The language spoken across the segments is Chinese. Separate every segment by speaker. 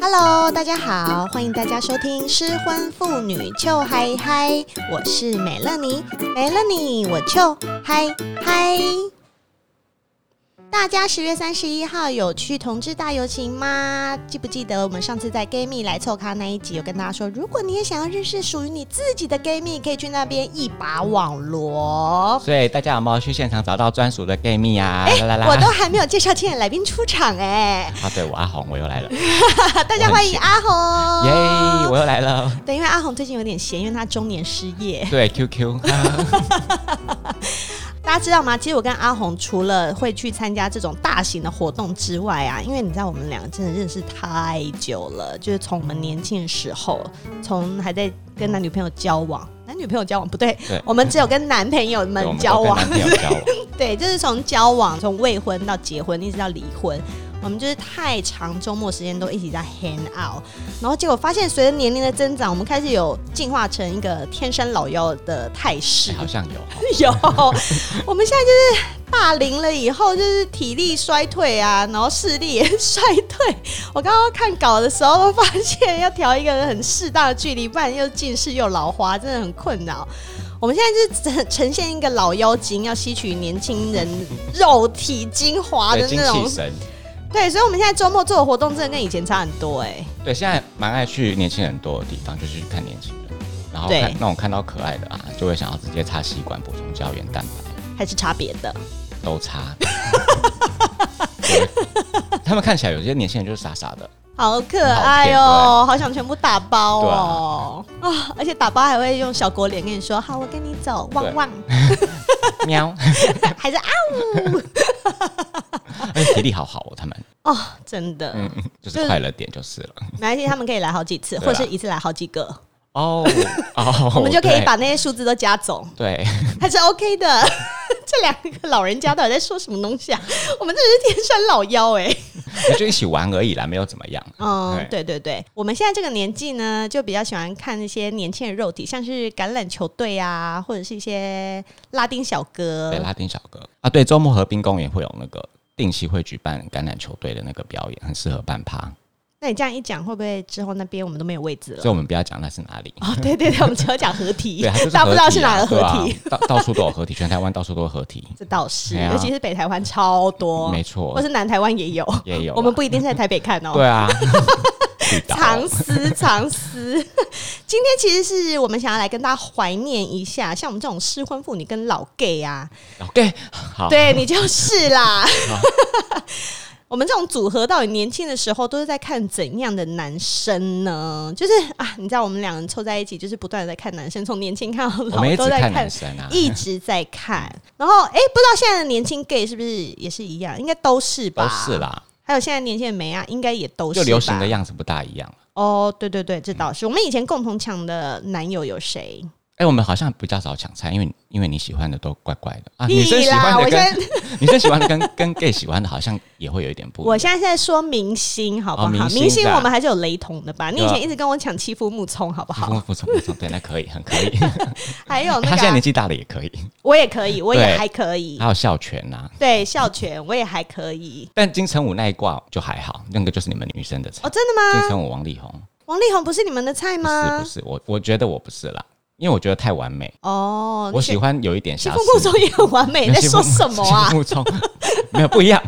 Speaker 1: Hello，大家好，欢迎大家收听《失婚妇女糗嗨嗨》，我是美乐妮，美乐妮，我糗嗨嗨。大家十月三十一号有去同志大游行吗？记不记得我们上次在 Gay 蜜来凑咖那一集有跟大家说，如果你也想要认识属于你自己的 Gay 蜜，可以去那边一把网罗。
Speaker 2: 所以大家有没有去现场找到专属的 gay 蜜啊？啦啦啦！
Speaker 1: 哎我都还没有介绍今天的来宾出场哎、
Speaker 2: 啊，对我阿红我又来了，耶、
Speaker 1: 大家欢迎阿红。
Speaker 2: 我又来了。
Speaker 1: 对，因为阿红最近有点闲，因为她中年失业。
Speaker 2: 对 QQ，
Speaker 1: 大家知道吗？其实我跟阿红除了会去参加这种大型的活动之外啊，因为你知道我们两个真的认识太久了，就是从我们年轻的时候，从还在跟男女朋友交往，男女朋友交往不对，
Speaker 2: 对
Speaker 1: 我们只有跟男朋友
Speaker 2: 对我
Speaker 1: 们
Speaker 2: 们
Speaker 1: 交
Speaker 2: 都跟
Speaker 1: 往，
Speaker 2: 男朋友交往，
Speaker 1: 对，就是从交往，从未婚到结婚，一直到离婚，我们就是太长周末时间都一起在 hang out，然后结果发现随着年龄的增长，我们开始有进化成一个天山老妖的态势
Speaker 2: 哎，好像有哦。
Speaker 1: 有，我们现在就是霸凌了以后，就是体力衰退啊，然后视力也衰退。我刚刚看稿的时候，发现要调一个很适当的距离，不然又近视又老花，真的很困扰。我们现在就是呈呈现一个老妖精，要吸取年轻人肉体精华
Speaker 2: 对，
Speaker 1: 的
Speaker 2: 精
Speaker 1: 那种
Speaker 2: 气。神。
Speaker 1: 对，所以我们现在周末做的活动真的跟以前差很多哎、
Speaker 2: 对，现在蛮爱去年轻人多的地方，就是去看年轻人，然后
Speaker 1: 对
Speaker 2: 看那种看到可爱的啊，就会想要直接插吸管补充胶原蛋白，
Speaker 1: 还是差别的。
Speaker 2: 都插。对他们看起来有些年轻人就是傻傻的，
Speaker 1: 好可爱哦、好想全部打包
Speaker 2: 对啊
Speaker 1: 哦、啊！而且打包还会用小狗脸跟你说：“好，我跟你走，汪
Speaker 2: 对
Speaker 1: 汪。
Speaker 2: 喵，”
Speaker 1: 还是啊，
Speaker 2: 而且体力好好哦，他们，
Speaker 1: 哦，真的，
Speaker 2: 嗯，就是快乐点就是了。
Speaker 1: 没关系，他们可以来好几次，
Speaker 2: 对啊
Speaker 1: 或者是一次来好几个，
Speaker 2: 哦 哦，
Speaker 1: 我们就可以
Speaker 2: 对
Speaker 1: 把那些数字都加走，
Speaker 2: 对，
Speaker 1: 还是 OK 的。这两个老人家到底在说什么东西啊？ 我们这是天山老妖哎、
Speaker 2: 你就一起玩而已啦，没有怎么样。
Speaker 1: 嗯，
Speaker 2: 对
Speaker 1: 对对对，我们现在这个年纪呢，就比较喜欢看一些年轻人肉体，像是橄榄球队啊，或者是一些拉丁小哥
Speaker 2: 对，，拉丁小哥啊，对，周末河滨公园会有那个定期会举办橄榄球队的那个表演，很适合办趴。
Speaker 1: 那你这样一讲，会不会之后那边我们都没有位置了？
Speaker 2: 所以我们不要讲那是 哪里，
Speaker 1: 哦，对对对，我们只有讲合体
Speaker 2: 对，它就 是，
Speaker 1: 大家不知道
Speaker 2: 合体
Speaker 1: 是哪
Speaker 2: 啊
Speaker 1: 个合体，
Speaker 2: 对啊到到处都有合体，全台湾到处都有 合体，
Speaker 1: 这倒是，
Speaker 2: 对啊
Speaker 1: 尤其是北台湾超多，
Speaker 2: 没
Speaker 1: 或
Speaker 2: 错，
Speaker 1: 是南台湾也有，
Speaker 2: 也有
Speaker 1: 哦
Speaker 2: 啊。
Speaker 1: 我们不一定是在台北看哦。
Speaker 2: 对啊，绿岛
Speaker 1: 藏私，藏私。今天其实是我们想要来跟大家怀念一下，像我们这种失婚妇女跟老 gay 啊，
Speaker 2: OK，好，
Speaker 1: 对你就是啦。 我们这种组合到底年轻的时候都是在看怎样的男生呢？就是啊，你知道我们两人凑在一起，就是不断的在看男生，从年轻看到
Speaker 2: 我
Speaker 1: 老
Speaker 2: 们一直
Speaker 1: 都在
Speaker 2: 看
Speaker 1: 看
Speaker 2: 男，生啊，
Speaker 1: 一直在看。然后哎、不知道现在的年轻 gay 是不是也是一样？应该都是吧？
Speaker 2: 都是。啦，
Speaker 1: 还有现在年轻人没啊，应该也都是
Speaker 2: 就
Speaker 1: 吧
Speaker 2: 流行的样子不大一样。
Speaker 1: 哦，对对对，这倒是。我们以前共同抢的男友有谁？
Speaker 2: 哎、我们好像比较少抢菜，因为因为你喜欢的都怪怪的啊，
Speaker 1: 屁
Speaker 2: 女生喜欢
Speaker 1: 啦我
Speaker 2: 的
Speaker 1: 现
Speaker 2: 跟女生喜欢的跟跟 gay 喜欢的好像也会有一点不一样。
Speaker 1: 我现在在说明星，好不好？
Speaker 2: 哦明星
Speaker 1: 明星
Speaker 2: 的啊
Speaker 1: 我们还是有雷同的吧？你以
Speaker 2: 对啊
Speaker 1: 前一直跟我抢欺负木聪，好不好？
Speaker 2: 不不错不错，对，那可以，很可以。
Speaker 1: 还有那
Speaker 2: 他现在
Speaker 1: 个啊
Speaker 2: 年，纪大了也可以，
Speaker 1: 我也可以，我也
Speaker 2: 对啊
Speaker 1: 还可以
Speaker 2: 还。有孝全呐、
Speaker 1: 对，孝全我也还可以。
Speaker 2: 但金城武那一挂就还好，那个就是你们女生的菜。
Speaker 1: 哦，真的吗？
Speaker 2: 金城武、王力宏，
Speaker 1: 王力宏不是你们的菜
Speaker 2: 不是
Speaker 1: 吗
Speaker 2: 不？是，我我觉得我不是啦，因为我觉得太完美，
Speaker 1: 哦，
Speaker 2: 我喜欢有一点
Speaker 1: 欺
Speaker 2: 瑕
Speaker 1: 负木
Speaker 2: 疵。
Speaker 1: 聪也很完美，你在说什么 啊
Speaker 2: 欺负木聪没有不一样。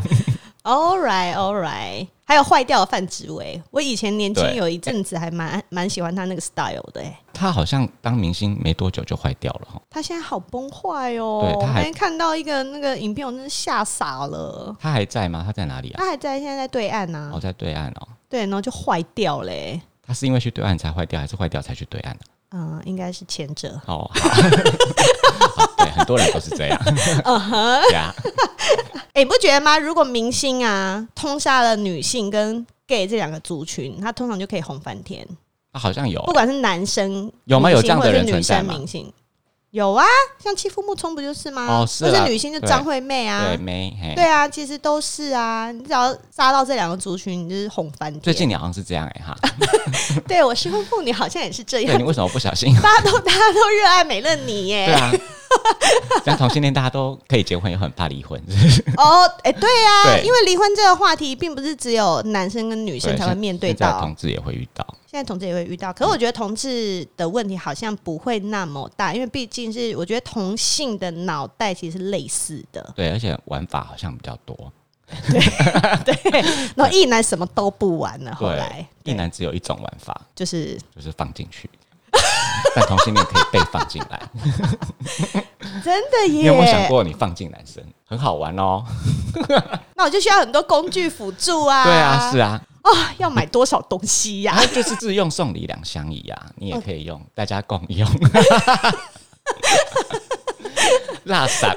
Speaker 1: ？All right, all right。还有坏掉的范植伟，我以前年轻
Speaker 2: 对
Speaker 1: 有一阵子还蛮蛮喜欢他那个 style 的、欸，
Speaker 2: 他好像当明星没多久就坏掉了哈，
Speaker 1: 他现在好崩坏哦！
Speaker 2: 对
Speaker 1: 我
Speaker 2: 他还
Speaker 1: 那天看到一个那个影片，我真是吓傻了。
Speaker 2: 他还在吗？他在哪里啊？
Speaker 1: 他还在现在在对岸呐、
Speaker 2: 哦，在对岸哦。
Speaker 1: 对，然后就坏掉欸嘞、
Speaker 2: 他是因为去对岸才坏掉，还是坏掉才去对岸的、
Speaker 1: 嗯，应该是前者。
Speaker 2: 哦，好好哦对，很多人都是 这样。
Speaker 1: 嗯
Speaker 2: 对啊，
Speaker 1: 哎、你不觉得吗？如果明星啊通杀了女性跟 gay 这两个族群，他通常就可以红翻天，
Speaker 2: 他啊好像有
Speaker 1: 不管是男生
Speaker 2: 哦有吗
Speaker 1: 明星
Speaker 2: 有这样的人
Speaker 1: 或者是女
Speaker 2: 存在
Speaker 1: 生
Speaker 2: 吗
Speaker 1: 明星有啊，像欺负木聪不就是吗？
Speaker 2: 哦是
Speaker 1: 或
Speaker 2: 啦
Speaker 1: 是女星就张惠妹啊
Speaker 2: 对，没嘿
Speaker 1: 对啊，其实都是啊。你只要杀到这两个族群，你就是红翻天。
Speaker 2: 最近你好像是这样哎、哈，
Speaker 1: 对我失婚妇女好像也是这样
Speaker 2: 对你，为什么不小心？
Speaker 1: 大家都大家都热爱美乐妮耶、
Speaker 2: 对啊，像同性恋大家都可以结婚，也很怕离婚，
Speaker 1: 哦，哎、对啊，
Speaker 2: 对
Speaker 1: 因为离婚这个话题并不是只有男生跟女生才会
Speaker 2: 像
Speaker 1: 面对
Speaker 2: 现在
Speaker 1: 到，
Speaker 2: 同志也会遇到。，
Speaker 1: 现在同志也会遇到，可是我觉得同志的问题好像不会那么大，因为毕竟是我觉得同性的脑袋其实是类似的
Speaker 2: 对，而且玩法好像比较多，
Speaker 1: 对。然后一男什么都不玩啊了，后来
Speaker 2: 对，一男只有一种玩法，
Speaker 1: 就是
Speaker 2: 就是放进去。 但同性恋可以被放进 来，
Speaker 1: 真的
Speaker 2: 你有没有想
Speaker 1: 耶。
Speaker 2: 过你放进男生很好玩哦？
Speaker 1: 那 我就需要很多工具辅助啊。
Speaker 2: 对啊，是啊，
Speaker 1: 啊要买多少东西 呀、
Speaker 2: 它就是自用送礼两相宜啊，你
Speaker 1: 哦
Speaker 2: 也可以用，大家共用。 辣散，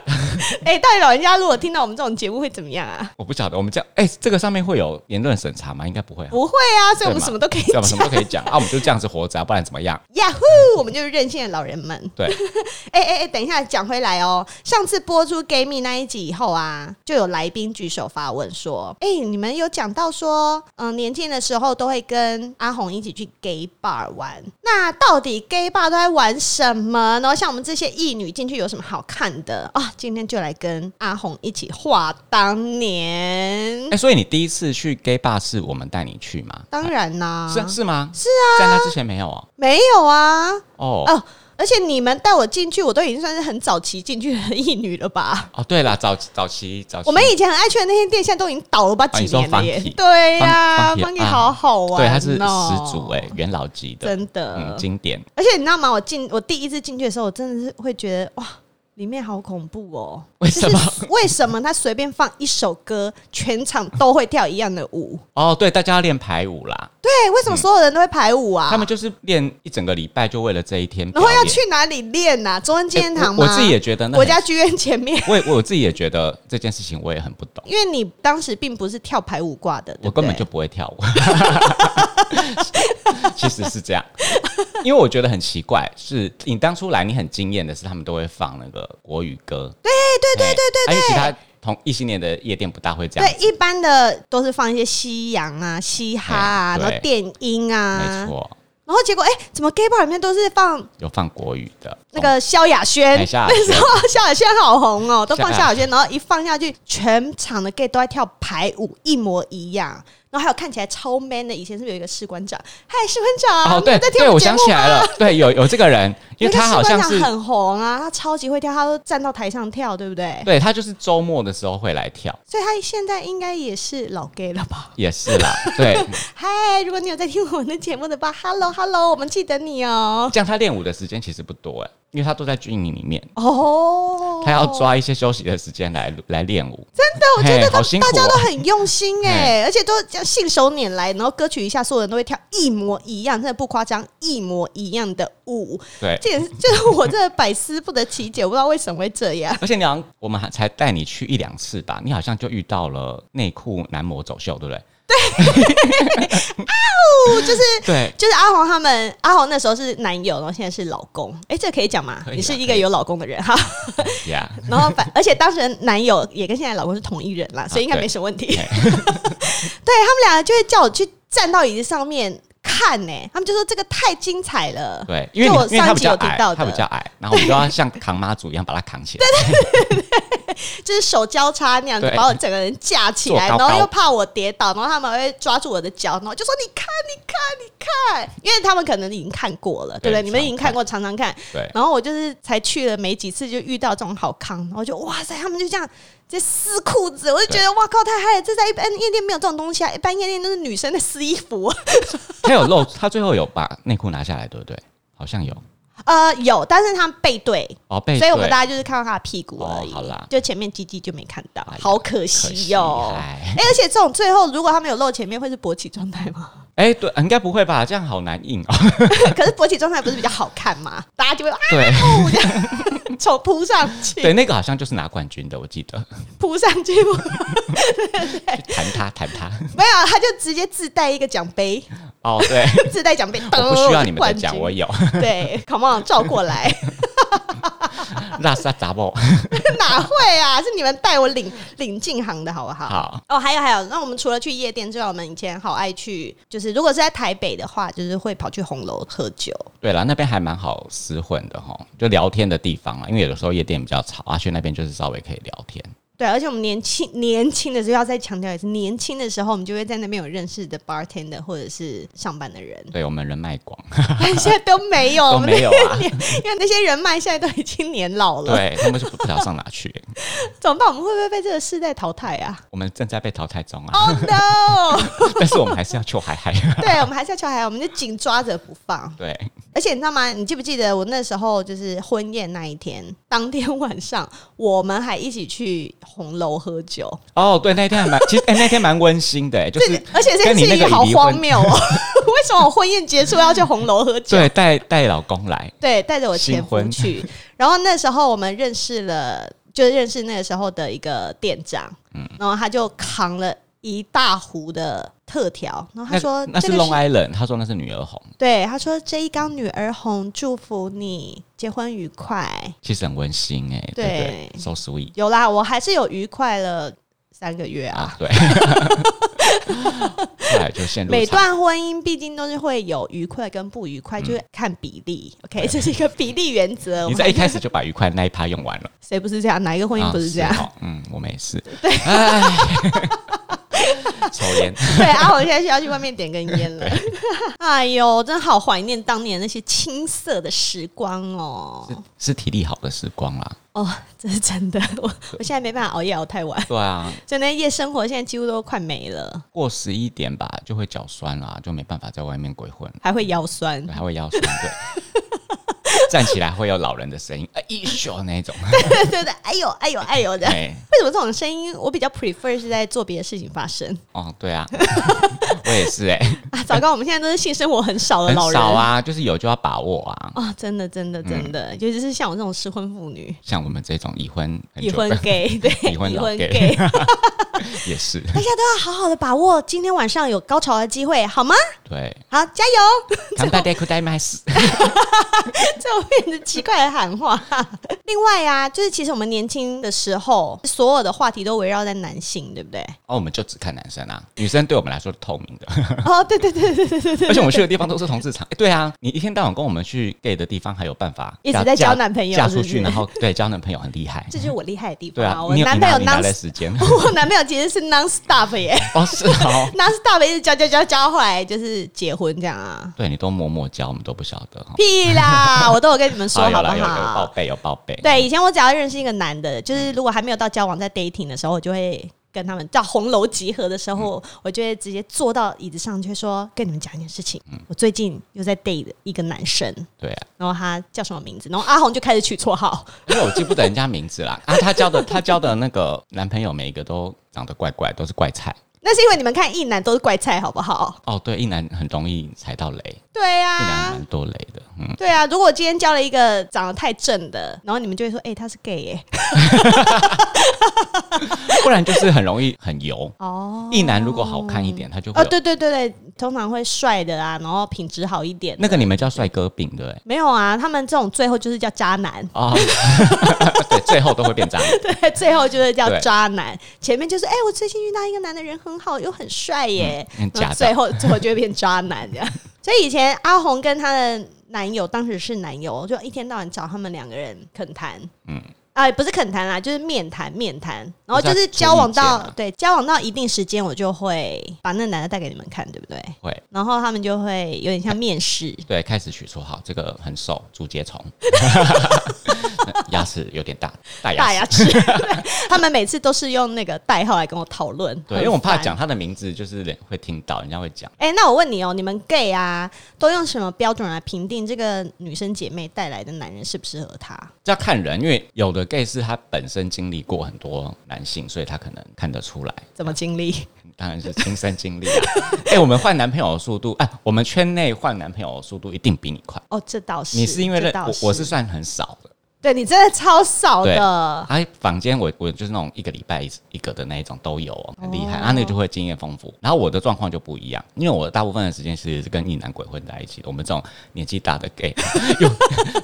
Speaker 1: 哎、到底老人家如果听到我们这种节目会怎么样啊？
Speaker 2: 我不晓得，我们这样，哎、这个上面会有言论审查吗？应该不会、啊，
Speaker 1: 不会啊，所以我
Speaker 2: 对
Speaker 1: 们
Speaker 2: 嘛
Speaker 1: 什么都可以
Speaker 2: 对
Speaker 1: 讲
Speaker 2: 我们。什么都可以讲啊，我们就这样子活着、啊，不然怎么样？
Speaker 1: Yahoo，我们就是任性的老人们。
Speaker 2: 嗯对，
Speaker 1: 哎哎哎，等一下，讲回来哦。上次播出《Gay Me》那一集以后啊，就有来宾举手发问说：“哎、你们有讲到说，嗯、年轻的时候都会跟阿红一起去 gay bar 玩，那到底 gay bar 都在玩什么呢？像我们这些异女进去有什么好看的啊？今天就来跟阿红一起话当年
Speaker 2: 哎、。所以你第一次去 gay bar 是我们带你去吗？
Speaker 1: 当然啦、
Speaker 2: 是啊是吗？是啊，在那之前没有哦。
Speaker 1: 没有啊。”
Speaker 2: 哦、
Speaker 1: 哦，而且你们带我进去，我都已经算是很早期进去的异女了吧？
Speaker 2: 哦，对了，早早期早期
Speaker 1: 我们以前很爱去的那些店，现在都已经倒了吧
Speaker 2: 哦
Speaker 1: 几
Speaker 2: 你说
Speaker 1: 年了耶
Speaker 2: Funky，？
Speaker 1: 对呀
Speaker 2: 方方
Speaker 1: ，Funky
Speaker 2: 啊
Speaker 1: 好好玩、哦，
Speaker 2: 对他是始祖哎、元老级的，
Speaker 1: 真的
Speaker 2: 嗯，经典。
Speaker 1: 而且你知道吗？我进我第一次进去的时候，我真的是会觉得哇，里面好恐怖哦！
Speaker 2: 为什么
Speaker 1: 就是为什么他随便放一首歌，全场都会跳一样的舞？
Speaker 2: 哦，对，大家要练排舞啦，
Speaker 1: 对，为什么所有人都会排舞啊？
Speaker 2: 他们就是练一整个礼拜，就为了这一天表
Speaker 1: 然
Speaker 2: 演。
Speaker 1: 后要去哪里练呐、啊？中央纪念堂
Speaker 2: 欸我
Speaker 1: 吗？
Speaker 2: 我自己也觉得那
Speaker 1: 国
Speaker 2: 很，
Speaker 1: 家剧院前面。
Speaker 2: 我也我自己也觉得这件事情我也很不懂，
Speaker 1: 因为你当时并不是跳排舞挂的，对
Speaker 2: 我
Speaker 1: 不对
Speaker 2: 根本就不会跳舞。 其实是这样，因为我觉得很奇怪，是你当初来你很惊艳的是，他们都会放那个国语歌，对对对对对，而且其他同异性恋的夜店不大会这样
Speaker 1: 对，一般的都是放一些西洋啊、嘻哈啊，
Speaker 2: 哎对
Speaker 1: 然后电音啊
Speaker 2: 没，错，
Speaker 1: 然后结果哎、怎么 gay bar 里面都是放
Speaker 2: 有放国语的哦
Speaker 1: 那个萧亚轩？
Speaker 2: 哎萧亚
Speaker 1: 那时候萧亚轩好红哦，都放
Speaker 2: 萧
Speaker 1: 萧
Speaker 2: 亚
Speaker 1: 亚轩，然后一放下去，全场的 gay 都在跳排舞，一模一样。然后还有看起来超 man 的，以前是不是有一个士官长？嗨，士官长，
Speaker 2: 哦，
Speaker 1: 你有
Speaker 2: 对
Speaker 1: 啊在听
Speaker 2: 对，
Speaker 1: 们
Speaker 2: 我
Speaker 1: 节
Speaker 2: 想
Speaker 1: 目
Speaker 2: 起
Speaker 1: 吗
Speaker 2: 来了，对，有有这个人，因
Speaker 1: 那
Speaker 2: 为
Speaker 1: 个
Speaker 2: 他
Speaker 1: 士
Speaker 2: 好
Speaker 1: 官
Speaker 2: 像
Speaker 1: 长
Speaker 2: 是，
Speaker 1: 很红啊，他超级会跳，他都站到台上跳，对不对？
Speaker 2: 对他就是周末的时候会来跳，
Speaker 1: 所以他现在应该也是老 gay 了吧？
Speaker 2: 也是啦，对，
Speaker 1: 嗨，如果你有在听我们的节目的话，Hello Hello，我们记得你哦。
Speaker 2: 这样他练舞的时间其实不多哎，因为他都在军营里面，
Speaker 1: 哦，
Speaker 2: 他要，抓一些休息的时间来来练舞，真
Speaker 1: 的，我觉得
Speaker 2: 好辛苦
Speaker 1: 大家都
Speaker 2: 哦。
Speaker 1: 很用心哎，而且都这样信手拈来，然后歌曲一下，所有人都会跳一模一样，真的不夸张，一模一样的舞。
Speaker 2: 对，
Speaker 1: 这也是， 就是我真的百思不得其解，我不知道为什么会这 样。
Speaker 2: 而且你好像我们还才带你去一两次吧，你好像就遇到了内裤男模走秀，对不对？
Speaker 1: 不，就是
Speaker 2: 对，
Speaker 1: 就是阿红他们，阿红那时候是男友，然后现在是老公。哎，这可以讲吗？
Speaker 2: 可以啊
Speaker 1: 你是一
Speaker 2: 可
Speaker 1: 个
Speaker 2: 以
Speaker 1: 有老公的人哈。
Speaker 2: 呀，
Speaker 1: 然后反，而且当时男友也跟现在老公是同一人啦，所以应该
Speaker 2: 对
Speaker 1: 没什么问题。 对他们俩就会叫我去站到椅子上面看呢、他们就说这个太精彩了。
Speaker 2: 对，因为
Speaker 1: 就
Speaker 2: 你
Speaker 1: 我
Speaker 2: 因为他
Speaker 1: 上
Speaker 2: 比
Speaker 1: 集有
Speaker 2: 较
Speaker 1: 提
Speaker 2: 矮，
Speaker 1: 到的
Speaker 2: 他比较矮，然后我们就要像扛妈祖一样把他 扛起来。
Speaker 1: 就是手交叉那样子
Speaker 2: 对
Speaker 1: 把我整个人架起来，然
Speaker 2: 坐高高
Speaker 1: 后又怕我跌倒，然后他们还会抓住我的脚，然后就说你看你看你看，因为他们可能已经看过了，对
Speaker 2: 对
Speaker 1: 不对？你们已经
Speaker 2: 常
Speaker 1: 看过，常常看。
Speaker 2: 对，
Speaker 1: 然后我就是才去了没几次，就遇到这种好康，然后就哇塞，他们就这样在撕裤子，我就觉得哇靠，太嗨了！这在一般夜店没有这种东西啊，一般夜店都是女生在撕衣服。
Speaker 2: 他有露，他最后有把内裤拿下来，对不对？好像有
Speaker 1: 呃，有，但是他们背对，
Speaker 2: 哦，被
Speaker 1: 所以我们
Speaker 2: 对
Speaker 1: 大家就是看到他的屁股而已。
Speaker 2: 哦好啦
Speaker 1: 就前面鸡鸡就没看到
Speaker 2: 哎呀，
Speaker 1: 好可
Speaker 2: 可
Speaker 1: 惜
Speaker 2: 惜
Speaker 1: 哟、
Speaker 2: 哎
Speaker 1: 哎、而且这种最后如果他们有露前面，会是勃起状态吗？
Speaker 2: 哎，对，应该不会吧？这样好难硬哦。
Speaker 1: 可是勃起状态不是比较好看吗？大家就会啊，
Speaker 2: 对
Speaker 1: 从扑上去，
Speaker 2: 对，那个好像就是拿冠军的，我记得。
Speaker 1: 扑上去，不
Speaker 2: 去弹他，弹他。
Speaker 1: 没有，啊他就直接自带一个奖杯，
Speaker 2: 哦， 对，
Speaker 1: 自带奖杯。
Speaker 2: 我不需要你们
Speaker 1: 冠
Speaker 2: 的
Speaker 1: 军
Speaker 2: 讲，我有。
Speaker 1: 对，Come on，照过来。
Speaker 2: 拉萨杂报，
Speaker 1: 哪会啊？是你们带我领领进行的好不好？
Speaker 2: 好
Speaker 1: 哦，还有还有，那我们除了去夜店之外，我们以前好爱去，就是如果是在台北的话，就是会跑去红楼喝酒。
Speaker 2: 对了，那边还蛮好厮混的哈，就聊天的地方啊，因为有的时候夜店比较吵啊，去那边就是稍微可以聊天。
Speaker 1: 对，而且我们年轻年轻的时候，要再强调一次，年轻的时候我们就会在那边有认识的 bartender 或者是上班的 人，
Speaker 2: 对我们人脉广，
Speaker 1: 但现在都没有，
Speaker 2: 都
Speaker 1: 哦我们那
Speaker 2: 没有啊，
Speaker 1: 因为那些人脉现在都已经年老了，
Speaker 2: 对他们是不不知道上哪去、
Speaker 1: 怎么办？我们会不会被这个世代淘汰啊
Speaker 2: 我们正在被淘汰中啊，
Speaker 1: ？Oh no！
Speaker 2: 但是我们还是要求海海。
Speaker 1: 对，我们还是要求还，我们就紧抓着不放。
Speaker 2: 对，
Speaker 1: 而且你知道吗？你记不记得我那时候就是婚宴那一天，当天晚上我们还一起去红楼喝酒，
Speaker 2: 哦，对，那天还蛮，其实哎、那天蛮温馨的、欸就是
Speaker 1: 对而且这件
Speaker 2: 跟你
Speaker 1: 事
Speaker 2: 那个
Speaker 1: 情好
Speaker 2: 已离
Speaker 1: 荒
Speaker 2: 婚，
Speaker 1: 谬 哦！ 为什么我婚宴结束要去红楼喝酒？
Speaker 2: 对，带带老公来，
Speaker 1: 对，带着我前
Speaker 2: 新
Speaker 1: 夫
Speaker 2: 婚
Speaker 1: 去。然后那时候我们认识了，就认识那个时候的一个店长，
Speaker 2: 嗯
Speaker 1: 然后他就扛了一大壶的特调，然后他
Speaker 2: 那
Speaker 1: 说：“
Speaker 2: 那
Speaker 1: 这
Speaker 2: 是
Speaker 1: 个
Speaker 2: Long Island，他说那是女儿红，
Speaker 1: 对，他说这一缸女儿红，祝福你结婚愉快。
Speaker 2: 其实很温馨哎、对不对
Speaker 1: 对
Speaker 2: s o sweet
Speaker 1: 有啦，我还是有愉快了三个月啊
Speaker 2: 啊，对，后来就陷入
Speaker 1: 每
Speaker 2: 长
Speaker 1: 段婚姻毕竟都是会有愉快跟不愉快，就是看比例。OK，这是一个比例原则。我
Speaker 2: 嗯你
Speaker 1: 们
Speaker 2: 在一开始就把愉快那一趴用完了，
Speaker 1: 谁不是这样？哪一个婚姻不是这样？
Speaker 2: 啊哦嗯，我们 也是，哎， 抽烟，
Speaker 1: 对啊，我现在需要去外面点根烟 了。 哎呦，真好怀念当年那些青涩的时光哦！
Speaker 2: 是体力好的时光啦，
Speaker 1: 哦，这是真的，我我现在没办法熬夜熬太晚，
Speaker 2: 对啊，
Speaker 1: 所以那夜生活现在几乎都快没了，
Speaker 2: 过十一点吧就会脚酸啦，就没办法在外面鬼混了。
Speaker 1: 还会腰酸
Speaker 2: 对，。还会腰酸，对，站起来会有老人的声音，哎、一咻那一种，
Speaker 1: 对 对对，哎呦哎呦哎呦的。
Speaker 2: 对，
Speaker 1: 为什么这种声音我比较 prefer 是在做别的事情发生
Speaker 2: 哦，对啊， 我也是、哎，
Speaker 1: 啊？糟糕，我们现在都是性生活很少的
Speaker 2: 很
Speaker 1: 老人
Speaker 2: 少啊，嗯就是有就要把握啊，
Speaker 1: 啊、真的真的真的，尤其是像我这种失婚妇女、
Speaker 2: 像我们这种已婚很
Speaker 1: 已
Speaker 2: 久
Speaker 1: 婚
Speaker 2: 的
Speaker 1: gay，对，
Speaker 2: 已婚老 gay
Speaker 1: gay，
Speaker 2: 也是，
Speaker 1: 大家都要好好的把握今天晚上有高潮的机会， 好吗？
Speaker 2: 对，
Speaker 1: 好，加油！
Speaker 2: 干大家口袋麦斯，
Speaker 1: 这种变成奇怪的喊话。 另外啊，就是其实我们年轻的时候，所有的话题都围绕在男性， 对不对？
Speaker 2: 哦，我们就只看男生啊，女生对我们来说是透明的，
Speaker 1: 哦，对对对对对对对，
Speaker 2: 而且我们去的地方都是同志场，哎对啊，你一天到晚跟我们去 gay 的地方，还有办法
Speaker 1: 一直
Speaker 2: 嫁
Speaker 1: 在交
Speaker 2: 嫁
Speaker 1: 男朋友
Speaker 2: 嫁
Speaker 1: 是不
Speaker 2: 出
Speaker 1: 是
Speaker 2: 去，然后对交男朋友很厉害，
Speaker 1: 这就是我厉害的地
Speaker 2: 对
Speaker 1: 方、
Speaker 2: 啊，
Speaker 1: 我
Speaker 2: 你有
Speaker 1: 男
Speaker 2: 你
Speaker 1: 朋
Speaker 2: 拿
Speaker 1: 友
Speaker 2: 你拿来
Speaker 1: non，
Speaker 2: 时 间，
Speaker 1: 我男朋友其实是 non stop 耶
Speaker 2: 哦是哦。
Speaker 1: ，non stop 一直交交交交，后来就是结婚这样啊。
Speaker 2: 对你都默默交，我们都不晓得哈。
Speaker 1: 屁 啦！我都有跟你们说，
Speaker 2: 好
Speaker 1: 好
Speaker 2: 有
Speaker 1: 不
Speaker 2: 啦有有报
Speaker 1: 好？
Speaker 2: 备有报备。
Speaker 1: 对，以前我只要认识一个男的，就是如果还没有到交往，在 dating 的时候，我就会跟他们到红楼集合的时
Speaker 2: 嗯
Speaker 1: 候，我就会直接坐到椅子上，就会说跟你们讲一件事情，
Speaker 2: 嗯
Speaker 1: 我最近又在 date 一个男生，
Speaker 2: 对啊，
Speaker 1: 然后他叫什么名字，然后阿红就开始取绰号，
Speaker 2: 因为我记不得人家名字啦。啊，她交的她交的那个男朋友每一个都长得怪怪，都是怪菜。
Speaker 1: 那是因为你们看一男都是怪菜，好不好？
Speaker 2: 哦，对，一男很容易踩到雷，
Speaker 1: 对
Speaker 2: 一男
Speaker 1: 啊。
Speaker 2: 蛮多雷的。嗯，
Speaker 1: 对啊，如果今天交了一个长得太正的，然后你们就会说，哎、他是 gay 耶、
Speaker 2: 不然就是很容易很油。
Speaker 1: 哦，
Speaker 2: 一男如果好看一点，他就会
Speaker 1: 啊，
Speaker 2: 有。
Speaker 1: 对对对对，通常会帅的啊，然后品质好一点的
Speaker 2: 那个你们叫帅哥病对不对？
Speaker 1: 没有啊，他们这种最后就是叫渣男，
Speaker 2: 哦， 对，最后都会变渣男。
Speaker 1: 对， 最后就是叫
Speaker 2: 对
Speaker 1: 渣男，前面就是哎、我最近遇到一个男的人很好，又很帅耶，
Speaker 2: 嗯嗯
Speaker 1: 然
Speaker 2: 假
Speaker 1: 后
Speaker 2: 的
Speaker 1: 最后最后就会变渣男这样。所以以前阿红跟她的男友当时是男友，就一天到晚找他们两个人恳谈，嗯
Speaker 2: 嗯。
Speaker 1: 啊，不是恳谈啦，就是面谈面谈，然后就
Speaker 2: 就是是
Speaker 1: 交往到、
Speaker 2: 出意见啊
Speaker 1: 对交往到一定时间，我就会把那男的带给你们看，对不对？
Speaker 2: 会，
Speaker 1: 然后他们就会有点像面试，
Speaker 2: 对，开始取绰号，这个很瘦，竹 节虫，牙齿有点大，大牙
Speaker 1: 大
Speaker 2: 齿。
Speaker 1: 牙齿。 他们每次都是用那个代号来跟我讨论，
Speaker 2: 对，
Speaker 1: 很
Speaker 2: 因为我怕
Speaker 1: 烦
Speaker 2: 讲。他的名字，就是人会听到，人家会讲。
Speaker 1: 哎、那我问你哦，你们 gay 啊，都用什么标准来评定这个女生姐妹带来的男人适不适合她？
Speaker 2: 这要看人，因为有的 gay 是他本身经历过很多男性，所以他可能看得出来，
Speaker 1: 怎么经历？
Speaker 2: 当然是亲身经历、啊。 哎、我们换男朋友的速度，哎、我们圈内换男朋友的速度一定比你快。
Speaker 1: 哦，这倒是。
Speaker 2: 你是因为
Speaker 1: 这
Speaker 2: 认
Speaker 1: 倒
Speaker 2: 我，我是算很少的，
Speaker 1: 对你真的超少的，
Speaker 2: 哎，房间我我就是那种一个礼拜一一个的那一种都有、哦，很厉害，
Speaker 1: 哦
Speaker 2: 啊，那个就会经验丰富。然后我的状况就不一样，因为我大部分的时间其实是跟异男鬼混在一起的。我们这种年纪大的 gay，又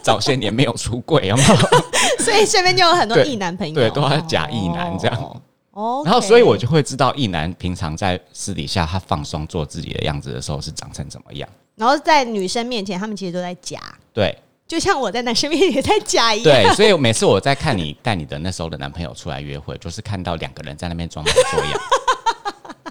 Speaker 2: 早些年没有出柜，有没有？
Speaker 1: 哦所以身边就有很多
Speaker 2: 对
Speaker 1: 异男朋友，
Speaker 2: 对，都是假异男这样。
Speaker 1: 哦。
Speaker 2: 然后，所以我
Speaker 1: 就
Speaker 2: 就会知道异男平常在私底下他放松做自己的样子的时候是长成怎么样。
Speaker 1: 然后在女生面前，他们其实都在假，
Speaker 2: 对
Speaker 1: 就像我在男生面前也在假一样。
Speaker 2: 对，所以每次我在看你带你的那时候的男朋友出来约会，就是看到两个人在那边装模作 样，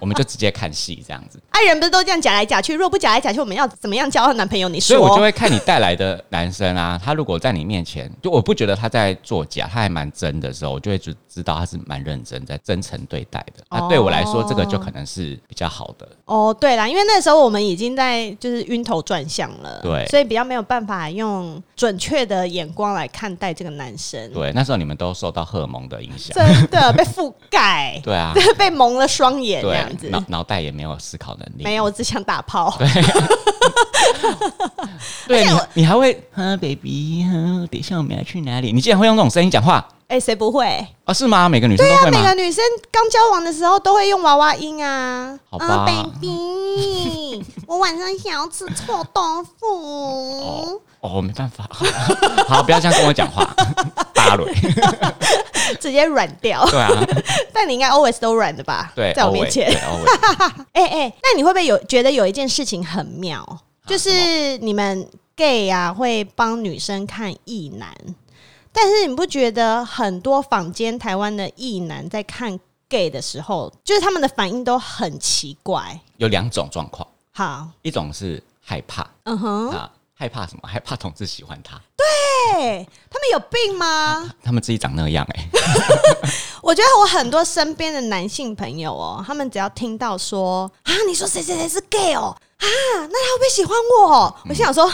Speaker 2: 我们就直接看戏这样子。
Speaker 1: 爱啊人不是都这样假来假去？若不假来假去，我们要怎么样交到男朋友？你
Speaker 2: 所
Speaker 1: 说，
Speaker 2: 以我就会看你带来的男生啊，他如果在你面前，就我不觉得他在作假，他还蛮真的时候，我就会知知道他是蛮认真，在真诚对待的。那对我来说，这个就可能是比较好的。
Speaker 1: 哦，对啦，因为那时候我们已经在就是晕头转向了，
Speaker 2: 对
Speaker 1: 所以比较没有办法用准确的眼光来看待这个男生，
Speaker 2: 对，那时候你们都受到荷尔蒙的影 响，
Speaker 1: 真的被覆盖，
Speaker 2: 啊 对啊，
Speaker 1: 被蒙了双眼这样
Speaker 2: 对，
Speaker 1: 子
Speaker 2: 脑。脑袋也没有思考能力，
Speaker 1: 没有，我只想打炮。
Speaker 2: 对你，你 还会啊，baby，啊等一下我们要去哪里？你竟然会用这种声音讲话
Speaker 1: 哎，谁不会？
Speaker 2: 啊？是吗？每个女生都
Speaker 1: 那
Speaker 2: 会
Speaker 1: 每
Speaker 2: 吗
Speaker 1: 个？女生刚交往的时候都会用娃娃音啊，
Speaker 2: 好吧
Speaker 1: 啊，baby，我晚上想要吃臭豆腐
Speaker 2: 哦。哦，没办法， 好，不要这样跟我讲话， 大蕊，
Speaker 1: 直接软掉。
Speaker 2: 对啊，
Speaker 1: 但你应该 always 都软的吧？
Speaker 2: 对，
Speaker 1: 在我面前
Speaker 2: 对，。Always
Speaker 1: 哎哎，那你会不会有觉得有一件事情很妙，就是你们 gay 啊会帮女生看异男，但是你不觉得很多坊间台湾的异男在看 gay 的时候，就是他们的反应都很奇怪？
Speaker 2: 有两种状况，
Speaker 1: 好，
Speaker 2: 一种是害怕
Speaker 1: 嗯哼，
Speaker 2: 啊，害怕什么？害怕同志喜欢他，
Speaker 1: 对哎他们有病吗？
Speaker 2: 他们自己长那样哎，
Speaker 1: 我觉得我很多身边的男性朋友哦，他们只要听到说啊，你说谁谁谁是 gay 哦，啊，那他会不会喜欢我？哦我心想说，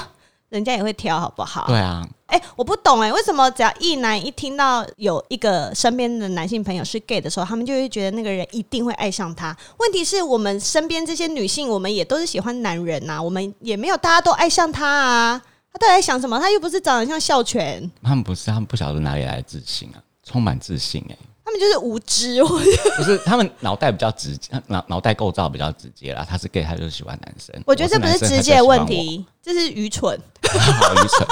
Speaker 1: 人家也会挑好不好？
Speaker 2: 对啊，
Speaker 1: 哎、我不懂哎、为什么只要一男一听到有一个身边的男性朋友是 gay 的时候，他们就会觉得那个人一定会爱上他？问题是我们身边这些女性，我们也都是喜欢男人呐、啊我们也没有大家都爱上他啊。他到底在想什么？他又不是长得像孝全，
Speaker 2: 他们不是，他们不晓得哪里来的自信啊，充满自信哎。
Speaker 1: 他们就是无知。 我觉得
Speaker 2: 不是，他们脑袋比较直接，脑脑袋构造比较直接啦。他是 gay，他就喜欢男生。
Speaker 1: 我觉得这不
Speaker 2: 男
Speaker 1: 是
Speaker 2: 生
Speaker 1: 直接的问，题，这是愚蠢
Speaker 2: 他就喜欢我 好愚蠢。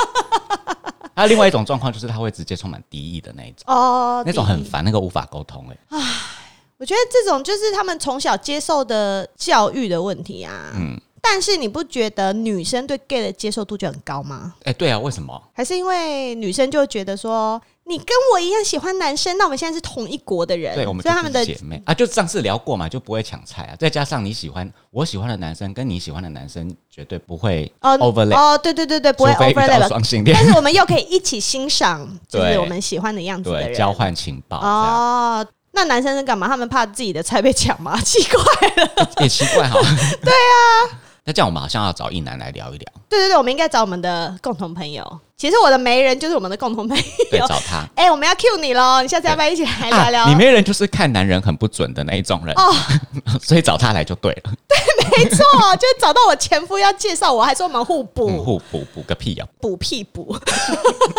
Speaker 2: 还有另外一种状况就是他会直接充满敌意的那一种，
Speaker 1: 哦。
Speaker 2: 那种很
Speaker 1: 第一，
Speaker 2: 烦，那个无法沟通哎、
Speaker 1: 哦我觉得这种就是他们从小接受的教育的问题啊。嗯，但是你不觉得女生对 gay 的接受度就很高吗？
Speaker 2: 哎、对啊，为什么？
Speaker 1: 还是因为女生就觉得说你跟我一样喜欢男生，那我们现在是同一国的人，
Speaker 2: 对，我们
Speaker 1: 呃所以
Speaker 2: 就
Speaker 1: 他们的
Speaker 2: 是姐妹啊，就上次聊过嘛，就不会抢菜啊。再加上你喜欢我喜欢的男生跟你喜欢的男生绝对不会
Speaker 1: 哦
Speaker 2: overlap，、
Speaker 1: 哦，对对对对，不会
Speaker 2: 除非遇到
Speaker 1: overlap，
Speaker 2: 双性恋
Speaker 1: 但，是我们又可以一起欣赏，就是
Speaker 2: 对
Speaker 1: 我们喜欢的样子的
Speaker 2: 对，
Speaker 1: 人。
Speaker 2: 交换情报这样。
Speaker 1: 哦，那男生是干嘛？他们怕自己的菜被抢吗？奇怪，
Speaker 2: 也哎奇怪哈。对啊， 那这样我们好像要找一男来聊 一聊，
Speaker 1: 对对对，我们应该找我们的共同朋友。其实我的媒人就是我们的共同 朋
Speaker 2: 对，
Speaker 1: 友。
Speaker 2: 找他。
Speaker 1: 哎、我们要 cue 你喽！你下次要不要一起来聊聊？
Speaker 2: 啊，里面人就是看男人很不准的那一种人，
Speaker 1: 哦
Speaker 2: 所以找他来就对了，
Speaker 1: 没错，就找到我前夫要介绍我，还说我们互补。
Speaker 2: 嗯互补补个屁呀、哦
Speaker 1: 补屁补。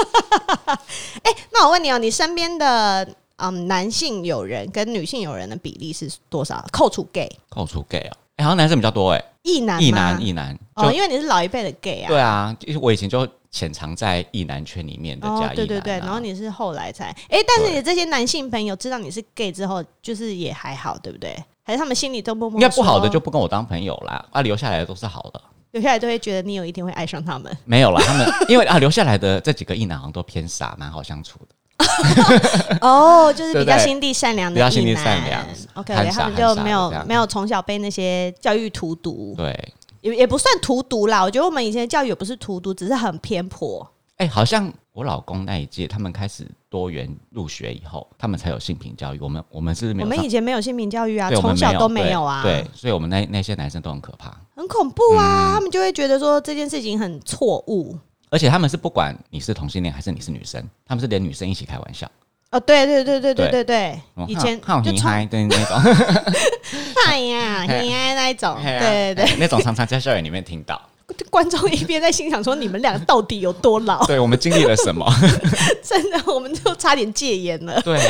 Speaker 1: 哎、那我问你哦，你身边的嗯男性友人跟女性友人的比例是多少？扣除 gay
Speaker 2: 扣除 gay 哦，哎、好像男生比较多哎、
Speaker 1: 异男
Speaker 2: 一
Speaker 1: 吗
Speaker 2: 男一男，就、
Speaker 1: 哦，因为你是老一辈的 gay 啊。
Speaker 2: 对啊，就是我以前就潜藏在异男圈里面的
Speaker 1: 哦
Speaker 2: 加一男、啊，
Speaker 1: 对对对，然后你是后来才哎、但是你这些男性朋友知道你是 gay 之后，就是也还好，对不对？还是他们心里都默默
Speaker 2: 应该不好的就
Speaker 1: 说
Speaker 2: 不跟我当朋友啦，啊，留下来的都是好的，
Speaker 1: 留下来，都会觉得你有一天会爱上他们。
Speaker 2: 没有啦，他们因为啊留下来的这几个异男好像都偏傻，蛮好相处的。
Speaker 1: 哦，就是比
Speaker 2: 对不
Speaker 1: 较
Speaker 2: 对
Speaker 1: 心地善良的
Speaker 2: 比较
Speaker 1: 异
Speaker 2: 心地
Speaker 1: 男
Speaker 2: 善良
Speaker 1: OK，
Speaker 2: 很
Speaker 1: OK，他
Speaker 2: 傻
Speaker 1: 们
Speaker 2: 很
Speaker 1: 就
Speaker 2: 傻
Speaker 1: 没
Speaker 2: 的
Speaker 1: 有
Speaker 2: 这样
Speaker 1: 没有从小被那些教育荼毒，
Speaker 2: 对，
Speaker 1: 也也不算荼毒啦。我觉得我们以前的教育也不是荼毒，只是很偏颇。
Speaker 2: 哎、好像我老公那一届，他们开始多元入学以后，他们才有性平教育。我们我们是没
Speaker 1: 我
Speaker 2: 有
Speaker 1: 们
Speaker 2: 上，
Speaker 1: 以前没有性平教育啊，
Speaker 2: 对，我
Speaker 1: 从
Speaker 2: 们
Speaker 1: 小都
Speaker 2: 没
Speaker 1: 没
Speaker 2: 有
Speaker 1: 有啊，
Speaker 2: 对，对，嗯所以我们那那些男生都很可怕。
Speaker 1: 很恐怖啊。他们就会觉得说这件事情很错误。
Speaker 2: 而且他们是不管你是同性恋还是你是女生，他们是连女生一起开玩笑。
Speaker 1: 哦，对对对对对对对
Speaker 2: 嗯，
Speaker 1: 以前
Speaker 2: 看我
Speaker 1: 就
Speaker 2: 你
Speaker 1: 冲
Speaker 2: 嗨对那种，
Speaker 1: 哎呀，
Speaker 2: 嘿
Speaker 1: 你爱那一种，
Speaker 2: 嘿啊哎啊
Speaker 1: 对对对，
Speaker 2: 嘿那种常常在校园里面听到。
Speaker 1: 观众一边在心想说：“你们俩到底有多老
Speaker 2: 对我们经历了什么？？”
Speaker 1: 真的，我们就差点戒烟了，
Speaker 2: 对，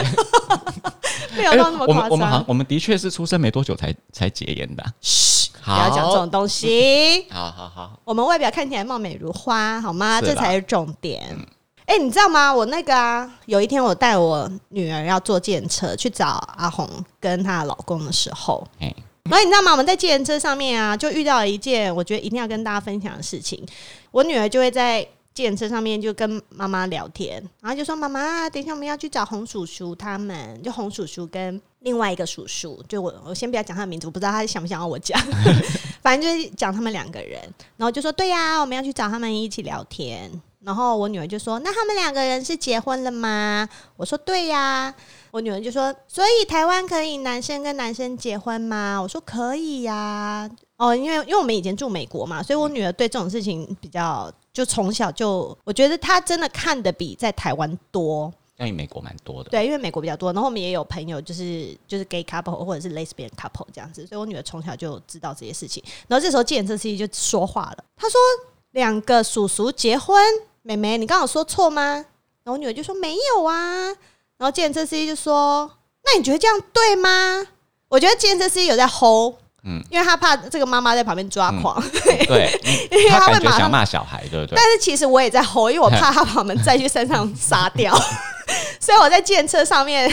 Speaker 1: 没有到那么
Speaker 2: 哎我
Speaker 1: 夸
Speaker 2: 们我们
Speaker 1: 张
Speaker 2: 好像。我们的确是出生没多久才才戒烟的啊、
Speaker 1: 嘘，不
Speaker 2: 好
Speaker 1: 要讲这种东西。
Speaker 2: 好好好，
Speaker 1: 我们外表看起来貌美如花，好吗？
Speaker 2: 是啦嗯
Speaker 1: 这才是重点。哎、你知道吗？我那个啊，有一天我带我女儿要坐电车去找阿红跟她的老公的时候，
Speaker 2: 哎、
Speaker 1: 然后你知道吗？我们在计程车上面啊，就遇到了一件我觉得一定要跟大家分享的事情。我女儿就会在计程车上面就跟妈妈聊天，然后就说：“妈妈，等一下我们要去找红叔叔他们，就红叔叔跟另外一个叔叔，就我我先不要讲他的名字，我不知道他想不想要我 讲，反正就是讲他们两个人。然后就说：对呀、我们要去找他们一起聊天。”然后我女儿就说：“那他们两个人是结婚了吗？”我说：“对呀、我女儿就说：“所以台湾可以男生跟男生结婚吗？”我说：“可以呀、哦，因为因为我们以前住美国嘛，所以我女儿对这种事情比较，就从小就我觉得她真的看的比在台湾多。
Speaker 2: 要美国蛮多的。
Speaker 1: 对，因为美国比较多，然后我们也有朋友就是就是 gay couple 或者是 lesbian couple 这样子，所以我女儿从小就知道这些事情。然后这时候计程车司机就说话了，他说：“两个叔叔结婚，妹妹，你刚好说错吗？”然后我女儿就说：“没有啊。”然后计程车司机就说：“那你觉得这样对吗？”我觉得计程车司机有在 hold，嗯
Speaker 2: 嗯，
Speaker 1: 因为他怕这个妈妈在旁边抓狂，
Speaker 2: 对，
Speaker 1: 因为
Speaker 2: 他
Speaker 1: 会
Speaker 2: 感觉
Speaker 1: 马上
Speaker 2: 想骂小孩，对不 对？
Speaker 1: 但是其实我也在吼，因为我怕他把我们再去山上杀掉， 所以我在建车上面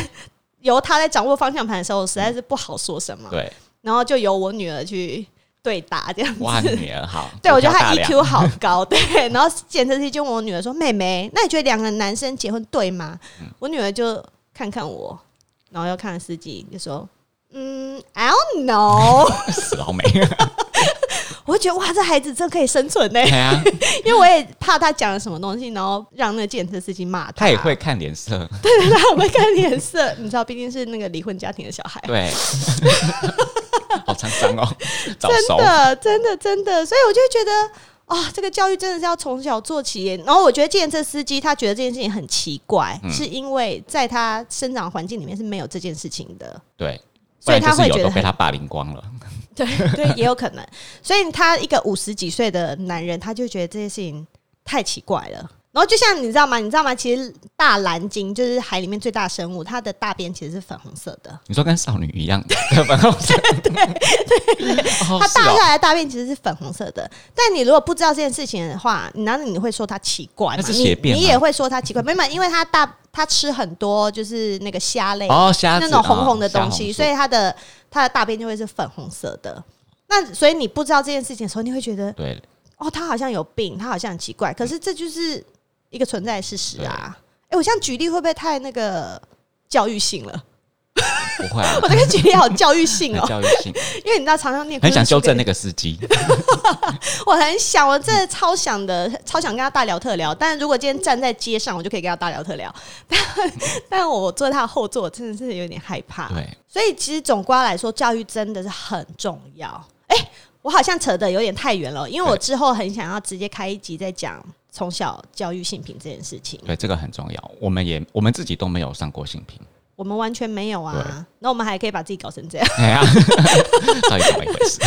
Speaker 1: 由他在掌握方向盘的时候，我实在是不好说什么，
Speaker 2: 对，
Speaker 1: 然后就由我女儿去对答这样
Speaker 2: 哇，
Speaker 1: 子。
Speaker 2: 女儿好，
Speaker 1: 对，我觉得 E
Speaker 2: 大
Speaker 1: 她
Speaker 2: 量
Speaker 1: EQ 好高， 对。然后检测师就问我女儿说：“妹妹，那你觉得两个男生结婚对吗？”
Speaker 2: 嗯
Speaker 1: 我女儿就看看我，然后又看看司机，就说：“嗯，I don't know。
Speaker 2: 死 老美，”
Speaker 1: 我就觉得哇，这孩子真可以生存呢、
Speaker 2: 对啊，
Speaker 1: 因为我也怕他讲了什么东西，然后让那个检测司机骂
Speaker 2: 他也会，看脸色，
Speaker 1: 对他很会看脸色。你知道，毕竟是那个离婚家庭的小 孩，
Speaker 2: 对，好沧桑哦，早
Speaker 1: 真，
Speaker 2: 熟
Speaker 1: 的，真的，真的，所以我就觉得。啊、这个教育真的是要从小做起耶。然后我觉得计程车司机他觉得这件事情很奇怪，
Speaker 2: 嗯
Speaker 1: 是因为在他生长环境里面是没有这件事情的。
Speaker 2: 对，不
Speaker 1: 所以他
Speaker 2: 然就是
Speaker 1: 会
Speaker 2: 有
Speaker 1: 觉得
Speaker 2: 都被
Speaker 1: 很
Speaker 2: 他霸凌光了，
Speaker 1: 对对，也有可能。所以他一个五十几岁的男人，他就觉得这件事情太奇怪了。然后就像你知道吗？你知道吗？其实大蓝鲸就是海里面最大生物，它的大便其实是粉红色的。
Speaker 2: 你说跟少女一 样，然后对对，
Speaker 1: 它
Speaker 2: 他
Speaker 1: 大下来的大便其实是粉红色的，但你如果不知道这件事情的话，你难道你会说它奇怪吗
Speaker 2: 那？是
Speaker 1: 你
Speaker 2: 血便
Speaker 1: 你
Speaker 2: 吗
Speaker 1: 也会说它奇怪，没有，没有因为它大它吃很多就是那个虾类
Speaker 2: 哦，虾子
Speaker 1: 哎那种红红的东
Speaker 2: 哦
Speaker 1: 西，
Speaker 2: 虾
Speaker 1: 所
Speaker 2: 红
Speaker 1: 以它的它的大便就会是粉红色的。那所以你不知道这件事情的时候，你会觉得
Speaker 2: 素对
Speaker 1: 哦，他好像有病，他好像很奇怪，可是这就是一个存在的事实啊。哎、我像举例会不会太那个教育性了？
Speaker 2: 不会啊，
Speaker 1: 我这个举例好教育性哦
Speaker 2: 很，教育 性，
Speaker 1: 因为你知道常常念故
Speaker 2: 很
Speaker 1: 事书
Speaker 2: 想纠正
Speaker 1: 给
Speaker 2: 那个司机，
Speaker 1: 我很想，我真的超想的，超想跟他大聊特聊。但如果今天站在街上，我就可以跟他大聊特聊。但 但我坐在他的后座，我真的是有点害怕。
Speaker 2: 对，
Speaker 1: 所以其实总括来说，教育真的是很重要。哎、我好像扯得有点太远了，因为我之后很想要直接开一集在讲从小教育性平这件事情，
Speaker 2: 对，这个很重要，我们也我们自己都没有上过性平，
Speaker 1: 我们完全没有啊
Speaker 2: 对。
Speaker 1: 那我们还可以把自己搞成这样。
Speaker 2: 哎 呀，到底怎么一回事？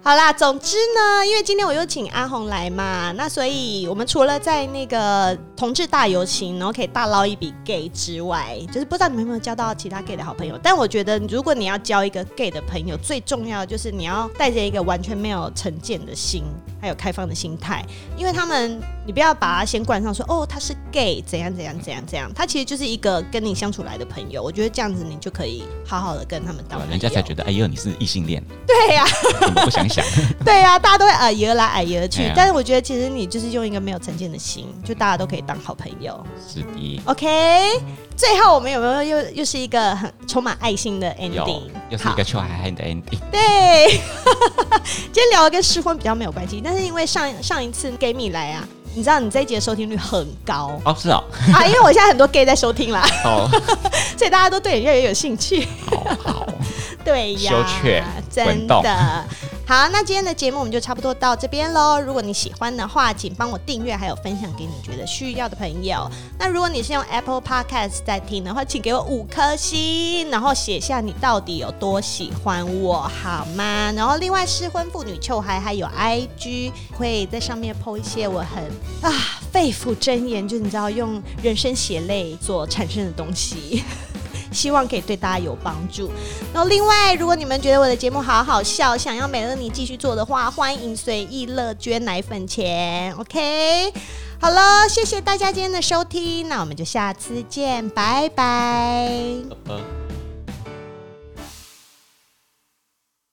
Speaker 1: 好啦，总之呢，因为今天我又请阿红来嘛，那所以我们除了在那个同志大游行，然后可以大捞一笔 gay 之外，就是不知道你们有没有交到其他 gay 的好朋友。但我觉得，如果你要交一个 gay 的朋友，最重要的就是你要带着一个完全没有成见的心，还有开放的心态，因为他们，你不要把他先冠上说哦他是 gay 怎样怎样怎样怎样，他其实就是一个跟你相处来的朋友。我觉得这样子你就可以好好的跟他们当
Speaker 2: 对
Speaker 1: 朋
Speaker 2: 吧
Speaker 1: 友，
Speaker 2: 人家才觉得，哎呦，你是异性恋，
Speaker 1: 对 呀、
Speaker 2: 怎么不想想？
Speaker 1: 对啊，大家都会哎呀来哎呀去，
Speaker 2: 哎呀
Speaker 1: 但是我觉得其实你就是用一个没有成见的心，就大家都可以当好朋友。
Speaker 2: 是 的，
Speaker 1: OK，最后我们有没有又又是一个很充满爱心的
Speaker 2: 有
Speaker 1: ending？，
Speaker 2: 又是一
Speaker 1: 好
Speaker 2: 个臭憨憨的 ending。
Speaker 1: 对， 今天聊的跟失婚比较没有关系，但是因为上上一次 gay 蜜来啊，你知道你这一集的收听率很高
Speaker 2: 哦，是哦，
Speaker 1: 啊，因为我现在很多 gay 在收听啦，
Speaker 2: 哦，
Speaker 1: 所以大家都对你越来越有兴趣。
Speaker 2: 好好，
Speaker 1: 对呀，
Speaker 2: 羞怯
Speaker 1: 真
Speaker 2: 滚动
Speaker 1: 的。 好，那今天的节目我们就差不多到这边喽。如果你喜欢的话，请帮我订阅，还有分享给你觉得需要的朋友。那如果你是用 Apple Podcast 在听的话，请给我五颗星，然后写下你到底有多喜欢我，好吗？然后另外失婚妇女秋还还有 IG 会在上面 PO 一些我很啊肺腑真言，就你知道用人生血泪所产生的东西。 希望可以对大家有帮助。然后另外，如果你们觉得我的节目好好笑，想要美乐你继续做的话，欢迎随意乐捐奶粉钱，OK？好了，谢谢大家今天的收听，那我们就下次见，拜拜。
Speaker 2: 拜拜